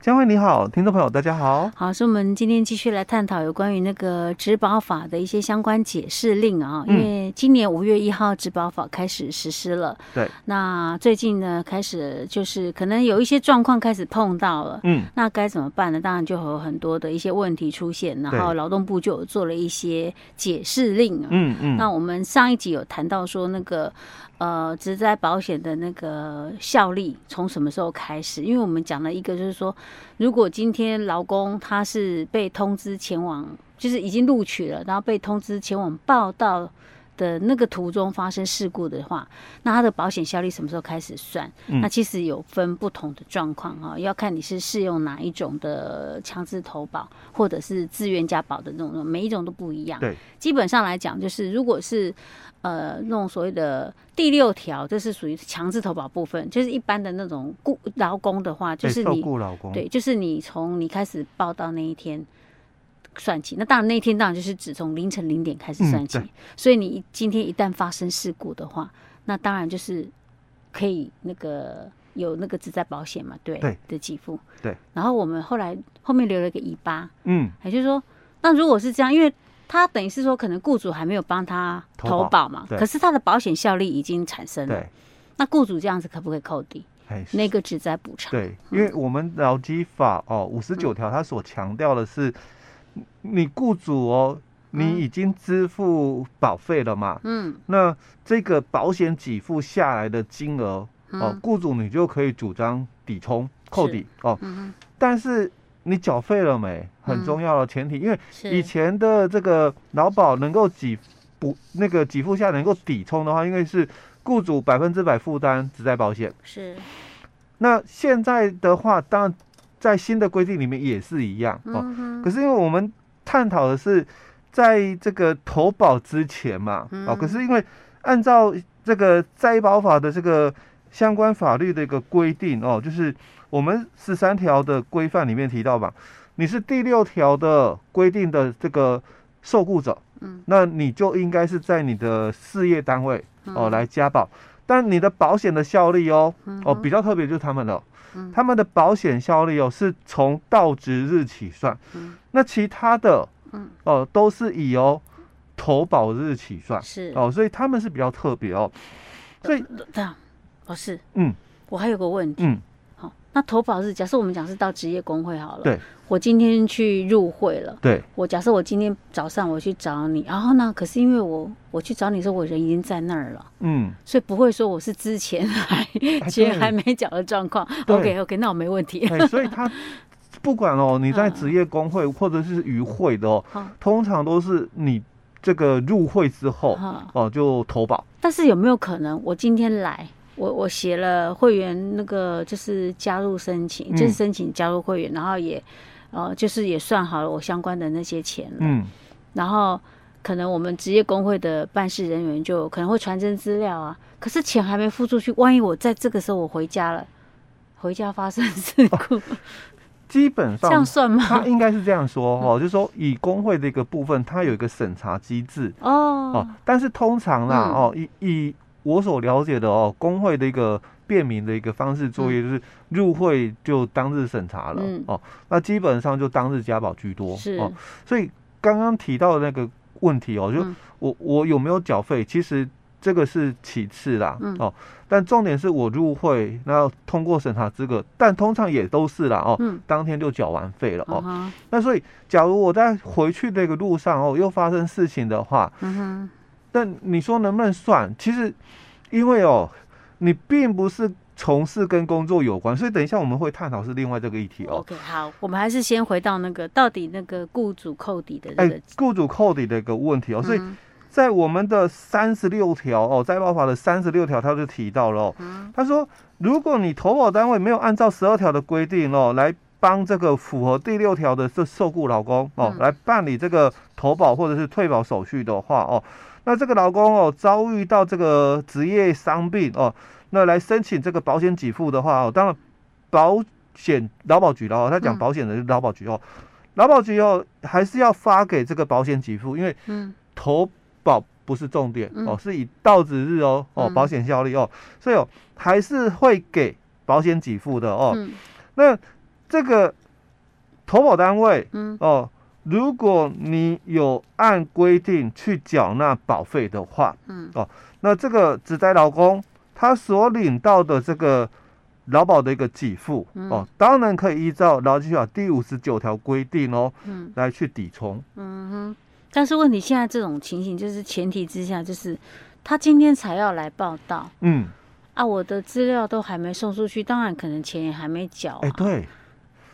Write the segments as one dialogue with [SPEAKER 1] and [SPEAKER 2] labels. [SPEAKER 1] 江惠你好，听众朋友大家好。
[SPEAKER 2] 好，所以我们今天继续来探讨有关于那个植保法的一些相关解释令啊，因
[SPEAKER 1] 嗯
[SPEAKER 2] 为今年五月一号植保法开始实施了，
[SPEAKER 1] 对，
[SPEAKER 2] 那最近呢开始就是可能有一些状况开始碰到了。
[SPEAKER 1] 嗯，
[SPEAKER 2] 那该怎么办呢？当然就有很多的一些问题出现，然后
[SPEAKER 1] 对
[SPEAKER 2] 劳动部就有做了一些解释令啊。
[SPEAKER 1] 嗯嗯，
[SPEAKER 2] 那我们上一集有谈到说，那个呃，职灾保险的那个效力从什么时候开始？因为我们讲了一个，就是说，如果今天劳工他是被通知前往，就是已经录取了，然后被通知前往报到的那个途中发生事故的话，那他的保险效力什么时候开始算？
[SPEAKER 1] 嗯
[SPEAKER 2] 那其实有分不同的状况哈，要看你是适用哪一种的强制投保，或者是自愿加保的那种，每一种都不一样。
[SPEAKER 1] 对，
[SPEAKER 2] 基本上来讲，就是如果是呃那种所谓的第六条，这是属于强制投保部分，就是一般的那种雇劳工的话，就
[SPEAKER 1] 对
[SPEAKER 2] 是
[SPEAKER 1] 照
[SPEAKER 2] 你
[SPEAKER 1] 顾老公，
[SPEAKER 2] 对，就是你从你开始报到那一天算起。那当然，那一天当然就是指从凌晨零点开始
[SPEAKER 1] 嗯
[SPEAKER 2] 算起。
[SPEAKER 1] 对
[SPEAKER 2] 所以你今天一旦发生事故的话，那当然就是可以那个有那个职灾保险嘛，对
[SPEAKER 1] 对
[SPEAKER 2] 的给付。
[SPEAKER 1] 对。
[SPEAKER 2] 然后我们后来后面留了一个尾巴，
[SPEAKER 1] 嗯，
[SPEAKER 2] 也就是说，那如果是这样，因为他等于是说，可能雇主还没有帮他
[SPEAKER 1] 投
[SPEAKER 2] 投
[SPEAKER 1] 保
[SPEAKER 2] 保嘛，
[SPEAKER 1] 对
[SPEAKER 2] 可是他的保险效力已经产生了
[SPEAKER 1] 对。，
[SPEAKER 2] 那雇主这样子可不可以扣抵
[SPEAKER 1] 哎，
[SPEAKER 2] 那个职灾补偿？
[SPEAKER 1] 对，因为我们劳基法哦五十九条，它所强调的是，你雇主哦，
[SPEAKER 2] 嗯
[SPEAKER 1] 你已经支付保费了嘛，
[SPEAKER 2] 嗯，
[SPEAKER 1] 那这个保险给付下来的金额
[SPEAKER 2] 嗯
[SPEAKER 1] 哦，雇主你就可以主张抵充扣
[SPEAKER 2] 是
[SPEAKER 1] 抵哦，
[SPEAKER 2] 嗯哼，
[SPEAKER 1] 但是你缴费了没？很
[SPEAKER 2] 嗯
[SPEAKER 1] 重要的前提，因为以
[SPEAKER 2] 是，
[SPEAKER 1] 前的这个劳保能够给补那个给付下能够抵充的话，应该是雇主百分之百负担只在保险。
[SPEAKER 2] 是，
[SPEAKER 1] 那现在的话，当然在新的规定里面也是一样哦。
[SPEAKER 2] 嗯哼，
[SPEAKER 1] 可是因为我们探讨的是在这个投保之前嘛，哦，
[SPEAKER 2] 嗯
[SPEAKER 1] 可是因为按照这个灾保法的这个相关法律的一个规定哦，就是我们十三条的规范里面提到吧，你是第六条的规定的这个受雇者，
[SPEAKER 2] 嗯，
[SPEAKER 1] 那你就应该是在你的事业单位
[SPEAKER 2] 嗯
[SPEAKER 1] 哦来加保。但你的保险的效力哦，哦比较特别就是他们了，
[SPEAKER 2] 嗯
[SPEAKER 1] 他们的保险效力哦是从到职日起算，那其他的，
[SPEAKER 2] 嗯，
[SPEAKER 1] 哦，都是以哦投保日起算，
[SPEAKER 2] 是，呃
[SPEAKER 1] 哦，所以他们是比较特别哦，所以
[SPEAKER 2] 这样，老师，
[SPEAKER 1] 嗯，
[SPEAKER 2] 啊哦我还有个问题，
[SPEAKER 1] 嗯，
[SPEAKER 2] 好，那投保日，假设我们讲是到职业工会好了，
[SPEAKER 1] 对，
[SPEAKER 2] 我今天去入会了。
[SPEAKER 1] 对
[SPEAKER 2] 我假设我今天早上我去找你，然后呢，可是因为我我去找你的时候，我人已经在那儿了，
[SPEAKER 1] 嗯，
[SPEAKER 2] 所以不会说我是之前 还钱
[SPEAKER 1] 哎对
[SPEAKER 2] 还没缴的状况。
[SPEAKER 1] 对
[SPEAKER 2] OK OK，那我没问题。
[SPEAKER 1] 哎、所以他不管哦你在职业工会或者是与会的哦，
[SPEAKER 2] 好，
[SPEAKER 1] 通常都是你这个入会之后
[SPEAKER 2] 好
[SPEAKER 1] 哦就投保，
[SPEAKER 2] 但是有没有可能我今天来，我我写了会员那个就是加入申请，
[SPEAKER 1] 嗯
[SPEAKER 2] 就是申请加入会员，然后也呃就是也算好了我相关的那些钱了，
[SPEAKER 1] 嗯，
[SPEAKER 2] 然后可能我们职业工会的办事人员就可能会传真资料啊，可是钱还没付出去，万一我在这个时候我回家了，回家发生事
[SPEAKER 1] 哦
[SPEAKER 2] 故，
[SPEAKER 1] 基本
[SPEAKER 2] 这样
[SPEAKER 1] 上。
[SPEAKER 2] 算吗？
[SPEAKER 1] 他应该是这样说哦，就是说以工会的一个部分，它有一个审查机制，
[SPEAKER 2] 哦
[SPEAKER 1] 哦，，但是通常啦，
[SPEAKER 2] 嗯
[SPEAKER 1] 哦，以以我所了解的哦，工会的一个便民的一个方式作业，就是入会就当日审查了、
[SPEAKER 2] 嗯
[SPEAKER 1] 哦，那基本上就当日加保居多
[SPEAKER 2] 是，
[SPEAKER 1] 哦，所以刚刚提到的那个问题哦，就
[SPEAKER 2] 嗯
[SPEAKER 1] 我、我有没有缴费，其实。这个是其次啦，
[SPEAKER 2] 嗯
[SPEAKER 1] 哦，但重点是我入会，那通过审查资格，但通常也都是啦，哦，
[SPEAKER 2] 嗯
[SPEAKER 1] 当天就缴完费了，哦
[SPEAKER 2] 嗯，哼，
[SPEAKER 1] 那所以假如我在回去的一个路上哦，又发生事情的话，
[SPEAKER 2] 嗯哼，
[SPEAKER 1] 但你说能不能算？其实，因为哦，你并不是从事跟工作有关，所以等一下我们会探讨是另外这个议题哦。
[SPEAKER 2] OK，好，我们还是先回到那个到底那个雇主扣底的这
[SPEAKER 1] 哎
[SPEAKER 2] 个，，
[SPEAKER 1] 雇主扣底的一个问题哦，所以
[SPEAKER 2] 嗯
[SPEAKER 1] 在我们的三十六条哦，灾保法的三十六条，他就提到了、哦，
[SPEAKER 2] 嗯
[SPEAKER 1] 他说，如果你投保单位没有按照十二条的规定哦，来帮这个符合第六条的这受雇劳工哦，
[SPEAKER 2] 嗯
[SPEAKER 1] 来办理这个投保或者是退保手续的话哦，那这个劳工哦遭遇到这个职业伤病哦，那来申请这个保险给付的话哦，当然保险劳保局了哦，他讲
[SPEAKER 2] 嗯
[SPEAKER 1] 保险的就是劳保局哦，劳保局哦还是要发给这个保险给付，因为
[SPEAKER 2] 嗯
[SPEAKER 1] 投保不是重点
[SPEAKER 2] 嗯
[SPEAKER 1] 哦，是以到止日哦哦
[SPEAKER 2] 嗯
[SPEAKER 1] 保险效力哦，所以哦还是会给保险给付的哦。
[SPEAKER 2] 嗯
[SPEAKER 1] 那这个投保单位
[SPEAKER 2] 嗯
[SPEAKER 1] 哦，如果你有按规定去缴纳保费的话，
[SPEAKER 2] 嗯
[SPEAKER 1] 那这个职灾劳工他所领到的这个劳保的一个给付、
[SPEAKER 2] 嗯
[SPEAKER 1] 哦，当然可以依照劳基法第五十九条规定哦
[SPEAKER 2] 嗯
[SPEAKER 1] 来去抵充。
[SPEAKER 2] 嗯哼。但是问题现在这种情形，就是前提之下，就是他今天才要来报道
[SPEAKER 1] 嗯，
[SPEAKER 2] 啊，我的资料都还没送出去，当然可能钱也还没缴、啊。
[SPEAKER 1] 哎、对。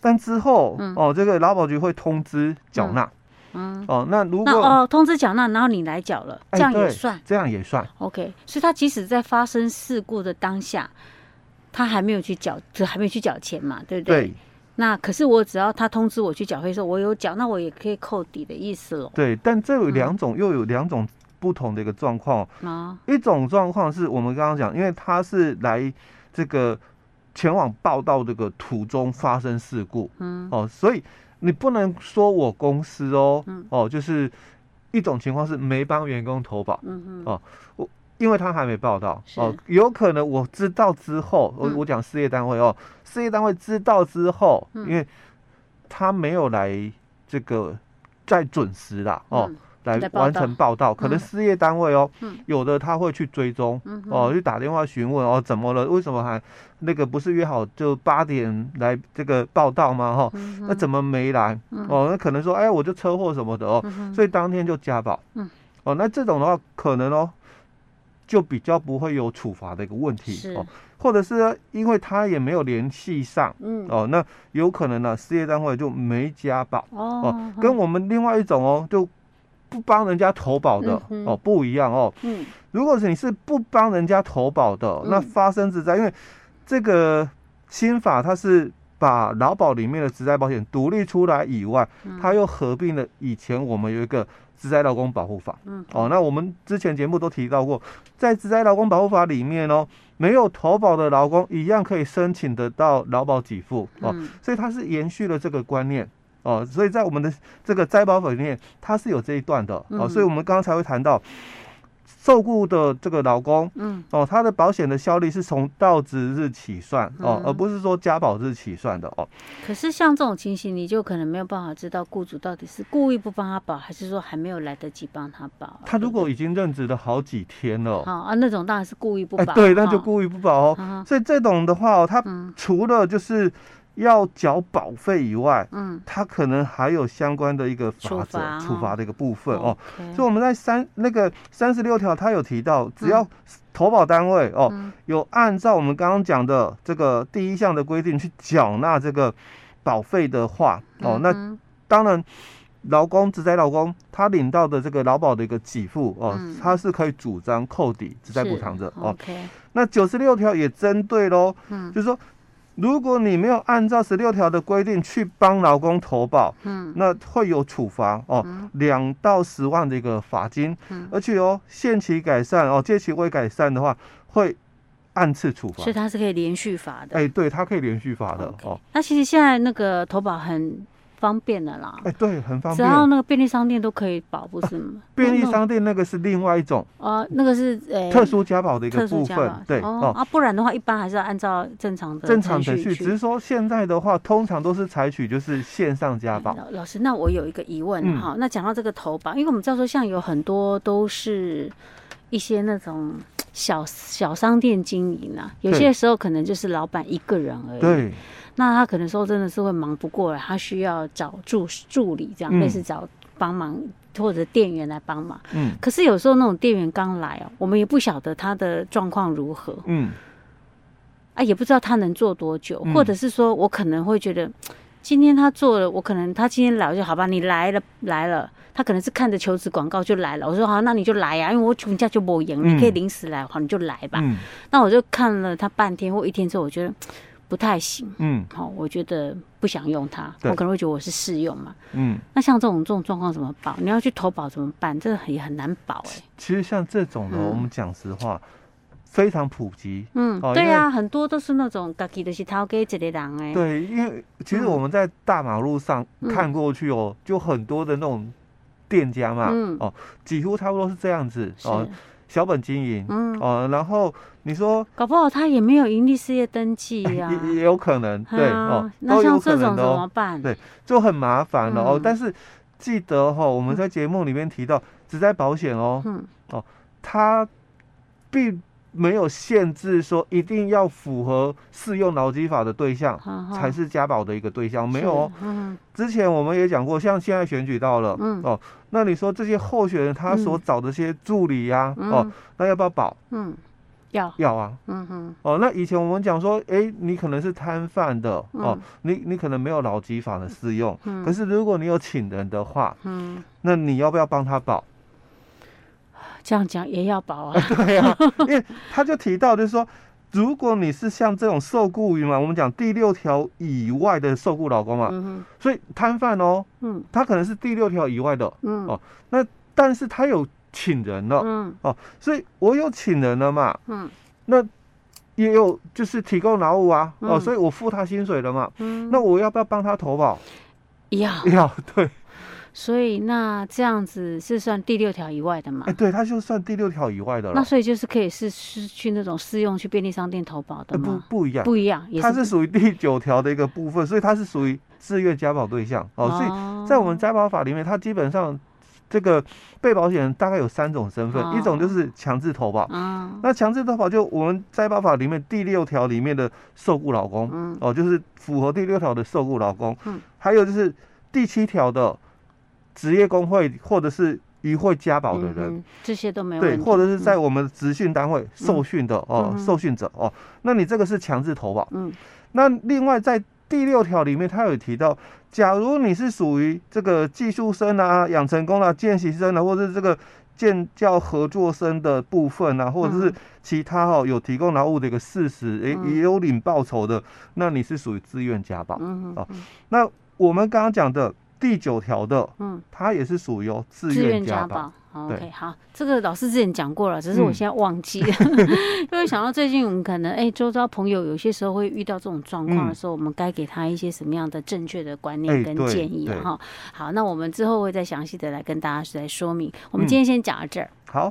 [SPEAKER 1] 但之后、
[SPEAKER 2] 嗯
[SPEAKER 1] 哦，这个劳保局会通知缴纳、
[SPEAKER 2] 嗯，
[SPEAKER 1] 哦。那如
[SPEAKER 2] 那
[SPEAKER 1] 果、
[SPEAKER 2] 哦，通知缴纳，然后你来缴了，
[SPEAKER 1] 哎
[SPEAKER 2] 这样也
[SPEAKER 1] 对
[SPEAKER 2] 算。
[SPEAKER 1] 这样也算，
[SPEAKER 2] OK，所以他即使在发生事故的当下，他还没有去缴，就还没去缴钱嘛，对不对？
[SPEAKER 1] 对
[SPEAKER 2] 那可是我只要他通知我去缴费的时候，我有缴，那我也可以扣抵的意思喽。
[SPEAKER 1] 对。但这有
[SPEAKER 2] 嗯
[SPEAKER 1] 两种，又有两种不同的一个状况、哦。
[SPEAKER 2] 啊，
[SPEAKER 1] 一种状况是我们刚刚讲，因为他是来这个前往报道这个途中发生事故，
[SPEAKER 2] 嗯，
[SPEAKER 1] 哦，所以你不能说我公司哦，
[SPEAKER 2] 嗯
[SPEAKER 1] 哦，就是一种情况是没帮员工投保，
[SPEAKER 2] 嗯
[SPEAKER 1] 哦因为他还没报道，
[SPEAKER 2] 是
[SPEAKER 1] 哦，有可能我知道之后，我
[SPEAKER 2] 嗯
[SPEAKER 1] 我讲事业单位哦，事业单位知道之后，
[SPEAKER 2] 嗯
[SPEAKER 1] 因为他没有来这个再准时啦，
[SPEAKER 2] 哼，
[SPEAKER 1] 哦，
[SPEAKER 2] 嗯，
[SPEAKER 1] 来
[SPEAKER 2] 来报
[SPEAKER 1] 完
[SPEAKER 2] 道
[SPEAKER 1] 成报道，可
[SPEAKER 2] 嗯
[SPEAKER 1] 能事业单位哦，
[SPEAKER 2] 嗯
[SPEAKER 1] 有的他会去追踪。
[SPEAKER 2] 嗯哼，
[SPEAKER 1] 哦，就打电话询问哦，怎么了？为什么还那个不是约好就八点来这个报道吗？哈、
[SPEAKER 2] 嗯哼，
[SPEAKER 1] 那怎么没来？
[SPEAKER 2] 嗯
[SPEAKER 1] 哦，那可能说，哎，我就车祸什么的哦，
[SPEAKER 2] 嗯哼，
[SPEAKER 1] 所以当天就加保。
[SPEAKER 2] 嗯，
[SPEAKER 1] 哦，那这种的话，可能哦，就比较不会有处罚的一个问
[SPEAKER 2] 是
[SPEAKER 1] 题哦，或者是因为他也没有联系上
[SPEAKER 2] 嗯，
[SPEAKER 1] 哦，那有可能呢、事业单位就没加保。
[SPEAKER 2] 哦，
[SPEAKER 1] 跟我们另外一种哦，就不帮人家投保的、
[SPEAKER 2] 嗯哼
[SPEAKER 1] 哦不一样哦，
[SPEAKER 2] 嗯
[SPEAKER 1] 如果是你是不帮人家投保的，
[SPEAKER 2] 嗯
[SPEAKER 1] 那发生职灾，因为这个新法它是把劳保里面的职灾保险独立出来以外，
[SPEAKER 2] 嗯
[SPEAKER 1] 它又合并了以前我们有一个职灾劳工保护法。
[SPEAKER 2] 嗯，
[SPEAKER 1] 哦，那我们之前节目都提到过，在职灾劳工保护法里面哦，没有投保的劳工一样可以申请得到劳保给付哦，
[SPEAKER 2] 嗯
[SPEAKER 1] 所以它是延续了这个观念哦，所以在我们的这个摘保法里面，它是有这一段的哦，
[SPEAKER 2] 嗯
[SPEAKER 1] 所以我们刚才会谈到受雇的这个劳工
[SPEAKER 2] 嗯
[SPEAKER 1] 哦，他的保险的效力是从到职日起算哦，
[SPEAKER 2] 嗯
[SPEAKER 1] 而不是说加保日起算的哦。
[SPEAKER 2] 可是像这种情形，你就可能没有办法知道雇主到底是故意不帮他保，还是说还没有来得及帮他保啊。
[SPEAKER 1] 他如
[SPEAKER 2] 对
[SPEAKER 1] 果已经任职了好几天了
[SPEAKER 2] 不对，好啊，那种当然是故意不
[SPEAKER 1] 哎，
[SPEAKER 2] 保，
[SPEAKER 1] 对，那就
[SPEAKER 2] 哈
[SPEAKER 1] 故意不保哦。
[SPEAKER 2] 啊，
[SPEAKER 1] 所以这种的话哦，他
[SPEAKER 2] 嗯
[SPEAKER 1] 除了就是要缴保费以外，
[SPEAKER 2] 嗯，
[SPEAKER 1] 他可能还有相关的一个
[SPEAKER 2] 处
[SPEAKER 1] 法则
[SPEAKER 2] 罚
[SPEAKER 1] 处
[SPEAKER 2] 哦
[SPEAKER 1] 罚的一个部分哦。
[SPEAKER 2] OK，
[SPEAKER 1] 所以我们在三那个三十六条，它有提到，只要投保单位哦、
[SPEAKER 2] 嗯
[SPEAKER 1] 有按照我们刚刚讲的这个第一项的规定去缴纳这个保费的话，哦，那
[SPEAKER 2] 嗯
[SPEAKER 1] 当然劳工职灾劳工他领到的这个劳保的一个给付哦
[SPEAKER 2] 嗯，
[SPEAKER 1] 他是可以主张扣抵职灾
[SPEAKER 2] 是
[SPEAKER 1] 补偿的哦。
[SPEAKER 2] ，OK，
[SPEAKER 1] 那九十六条也针对喽，
[SPEAKER 2] 嗯
[SPEAKER 1] 就是说。如果你没有按照十六条的规定去帮劳工投保，
[SPEAKER 2] 嗯
[SPEAKER 1] 那会有处罚哦，两到十万的一个罚金，
[SPEAKER 2] 嗯
[SPEAKER 1] 而且哦，限期改善哦，借期未改善的话，会按次处罚
[SPEAKER 2] 所以。它是可以连续罚的。
[SPEAKER 1] 哎，对，它可以连续罚的
[SPEAKER 2] OK
[SPEAKER 1] 哦。
[SPEAKER 2] 那其实现在那个投保很方便的啦，
[SPEAKER 1] 哎，对，很方
[SPEAKER 2] 只要
[SPEAKER 1] 便。啊
[SPEAKER 2] 那个便利商店都可以保，不是吗？
[SPEAKER 1] 便利商店那个是另外一种
[SPEAKER 2] 哦，那个是呃
[SPEAKER 1] 特殊加保的一个
[SPEAKER 2] 特殊
[SPEAKER 1] 部
[SPEAKER 2] 加
[SPEAKER 1] 分
[SPEAKER 2] 保，
[SPEAKER 1] 对
[SPEAKER 2] 哦
[SPEAKER 1] 哦。
[SPEAKER 2] 啊，不然的话一般还是要按照正常的
[SPEAKER 1] 正常程
[SPEAKER 2] 程
[SPEAKER 1] 序，
[SPEAKER 2] 序
[SPEAKER 1] 只
[SPEAKER 2] 去。
[SPEAKER 1] 是说现在的话，通常都是采取就是线上加保。
[SPEAKER 2] 嗯老老师，那我有一个疑问
[SPEAKER 1] 嗯
[SPEAKER 2] 哈、那讲到这个投保，因为我们知道说，像有很多都是一些那种小小商店经营啊，有
[SPEAKER 1] 对
[SPEAKER 2] 些时候可能就是老板一个人而已。
[SPEAKER 1] 对，
[SPEAKER 2] 那他可能说真的是会忙不过来，他需要找助助理这样，
[SPEAKER 1] 嗯
[SPEAKER 2] 类似找帮忙或者店员来帮忙。
[SPEAKER 1] 嗯
[SPEAKER 2] 可是有时候那种店员刚来哦，我们也不晓得他的状况如何
[SPEAKER 1] 嗯，
[SPEAKER 2] 啊，也不知道他能做多久，
[SPEAKER 1] 嗯
[SPEAKER 2] 或者是说我可能会觉得。嘖今天他做了，我可能他今天来我就好吧，你来了来了，他可能是看着求职广告就来了。我说好，那你就来呀、因为我请假就不赢，
[SPEAKER 1] 嗯
[SPEAKER 2] 你可以临时来，好你就来吧。
[SPEAKER 1] 嗯
[SPEAKER 2] 那我就看了他半天或一天之后，我觉得嘖不太行，
[SPEAKER 1] 嗯
[SPEAKER 2] 好、我觉得不想用它，我
[SPEAKER 1] 对
[SPEAKER 2] 可能会觉得我是试用嘛。
[SPEAKER 1] 嗯。
[SPEAKER 2] 那像这种这种状况怎么保？你要去投保怎么办？这也很难保哎、
[SPEAKER 1] 其实像这种的，
[SPEAKER 2] 嗯
[SPEAKER 1] 我们讲实话，非常普及。
[SPEAKER 2] 嗯，
[SPEAKER 1] 哦
[SPEAKER 2] 对
[SPEAKER 1] 因为
[SPEAKER 2] 啊，很多都是那种自己的是掏给一个人哎。
[SPEAKER 1] 对，因为其实
[SPEAKER 2] 嗯
[SPEAKER 1] 我们在大马路上
[SPEAKER 2] 嗯
[SPEAKER 1] 看过去哦，就很多的那种店家嘛，
[SPEAKER 2] 嗯
[SPEAKER 1] 哦，几乎差不多是这样子
[SPEAKER 2] 是，
[SPEAKER 1] 哦，小本经营，
[SPEAKER 2] 嗯，
[SPEAKER 1] 哦，然后你说
[SPEAKER 2] 搞不好他也没有盈利事业登记
[SPEAKER 1] 也
[SPEAKER 2] 呀、
[SPEAKER 1] 也也有可能，对哦
[SPEAKER 2] 啊，
[SPEAKER 1] 都
[SPEAKER 2] 那像
[SPEAKER 1] 有
[SPEAKER 2] 这
[SPEAKER 1] 可
[SPEAKER 2] 种怎
[SPEAKER 1] 能的哦
[SPEAKER 2] 么，办？
[SPEAKER 1] 对就很麻烦了哦
[SPEAKER 2] 嗯。
[SPEAKER 1] 但是记得哈，我们在节目里面提到，只在保险哦，
[SPEAKER 2] 嗯，
[SPEAKER 1] 它并没有限制说一定要符合适用劳基法的对象
[SPEAKER 2] 好好
[SPEAKER 1] 才是加保的一个对象，没有
[SPEAKER 2] 哦
[SPEAKER 1] 哦。
[SPEAKER 2] 是嗯，
[SPEAKER 1] 之前我们也讲过，像现在选举到了，
[SPEAKER 2] 嗯
[SPEAKER 1] 哦，那你说这些候选人他所
[SPEAKER 2] 嗯
[SPEAKER 1] 找的这些助理呀、
[SPEAKER 2] 嗯
[SPEAKER 1] 哦，那要不要保？
[SPEAKER 2] 嗯，要，
[SPEAKER 1] 要啊，
[SPEAKER 2] 嗯哼，
[SPEAKER 1] 哦，那以前我们讲说，诶，你可能是摊贩的，哦
[SPEAKER 2] 嗯，
[SPEAKER 1] 你你可能没有劳基法的适用，
[SPEAKER 2] 嗯
[SPEAKER 1] 可是如果你有请人的话，
[SPEAKER 2] 嗯，
[SPEAKER 1] 那你要不要帮他保？
[SPEAKER 2] 这样讲也要保 啊，
[SPEAKER 1] 对啊，因为他就提到就是说。如果你是像这种受雇于嘛，我们讲第六条以外的受雇劳工嘛，
[SPEAKER 2] 嗯哼，
[SPEAKER 1] 所以摊贩哦，
[SPEAKER 2] 嗯
[SPEAKER 1] 他可能是第六条以外的，
[SPEAKER 2] 嗯
[SPEAKER 1] 哦但是他有请人了，
[SPEAKER 2] 嗯
[SPEAKER 1] 所以我有请人了嘛，
[SPEAKER 2] 嗯
[SPEAKER 1] 也有就是提供劳务啊，哦，
[SPEAKER 2] 嗯
[SPEAKER 1] 所以我付他薪水了嘛，
[SPEAKER 2] 嗯，
[SPEAKER 1] 那我要不要帮他投保？
[SPEAKER 2] 要，
[SPEAKER 1] 要，对，
[SPEAKER 2] 所以那这样子是算第六条以外的嘛
[SPEAKER 1] 哎、？对，他就算第六条以外的了
[SPEAKER 2] 那，所以就是可以是是去那种试用去便利商店投保
[SPEAKER 1] 哎
[SPEAKER 2] 的
[SPEAKER 1] 不
[SPEAKER 2] 吗？
[SPEAKER 1] 不一样，
[SPEAKER 2] 不一样，也
[SPEAKER 1] 它是属于第九条的一个部分，所以它是属于自愿加保对象哦，所以
[SPEAKER 2] 以
[SPEAKER 1] 在我们加保法里面，它基本上这个被保险人大概有三种身份，
[SPEAKER 2] 哦
[SPEAKER 1] 一种就是强制投保。
[SPEAKER 2] 啊，
[SPEAKER 1] 那强制投保就我们在保法里面第六条里面的受雇劳工，
[SPEAKER 2] 嗯
[SPEAKER 1] 哦，就是符合第六条的受雇劳工，
[SPEAKER 2] 嗯
[SPEAKER 1] 还有就是第七条的职业工会或者是渔会加保的人，
[SPEAKER 2] 嗯哼这些都没
[SPEAKER 1] 对，
[SPEAKER 2] 问题，
[SPEAKER 1] 或者是在我们职训单位受训的、哦
[SPEAKER 2] 嗯，哼
[SPEAKER 1] 受训者哦，那你这个是强制投保。
[SPEAKER 2] 嗯
[SPEAKER 1] 那另外在第六条里面，它有提到，假如你是属于这个技术生啊、养成工啊、见习生啊，或者是这个建教合作生的部分啊，或者是
[SPEAKER 2] 嗯
[SPEAKER 1] 其他哦有提供劳务的一个事实，也、
[SPEAKER 2] 嗯
[SPEAKER 1] 也有领报酬的，那你是属于自愿加保。
[SPEAKER 2] 嗯
[SPEAKER 1] 哦
[SPEAKER 2] 嗯嗯
[SPEAKER 1] 那我们刚刚讲的第九条的，
[SPEAKER 2] 嗯。
[SPEAKER 1] 它也是属于哦自
[SPEAKER 2] 自
[SPEAKER 1] 愿
[SPEAKER 2] 愿
[SPEAKER 1] 加
[SPEAKER 2] 家
[SPEAKER 1] 保
[SPEAKER 2] 保。。好 OK，
[SPEAKER 1] 对
[SPEAKER 2] 好，这个老师之前讲过了，只是我
[SPEAKER 1] 嗯
[SPEAKER 2] 现在忘记了， 因为想到最近我们可能哎、周遭朋友有些时候会遇到这种状况的
[SPEAKER 1] 嗯
[SPEAKER 2] 时候，我们该给他一些什么样的正确的观
[SPEAKER 1] 哎
[SPEAKER 2] 念跟
[SPEAKER 1] 对
[SPEAKER 2] 建议啊
[SPEAKER 1] 对
[SPEAKER 2] 哈、好，那我们之后会再详细的来跟大家再说明。我们
[SPEAKER 1] 嗯
[SPEAKER 2] 今天先讲到这儿。
[SPEAKER 1] 好，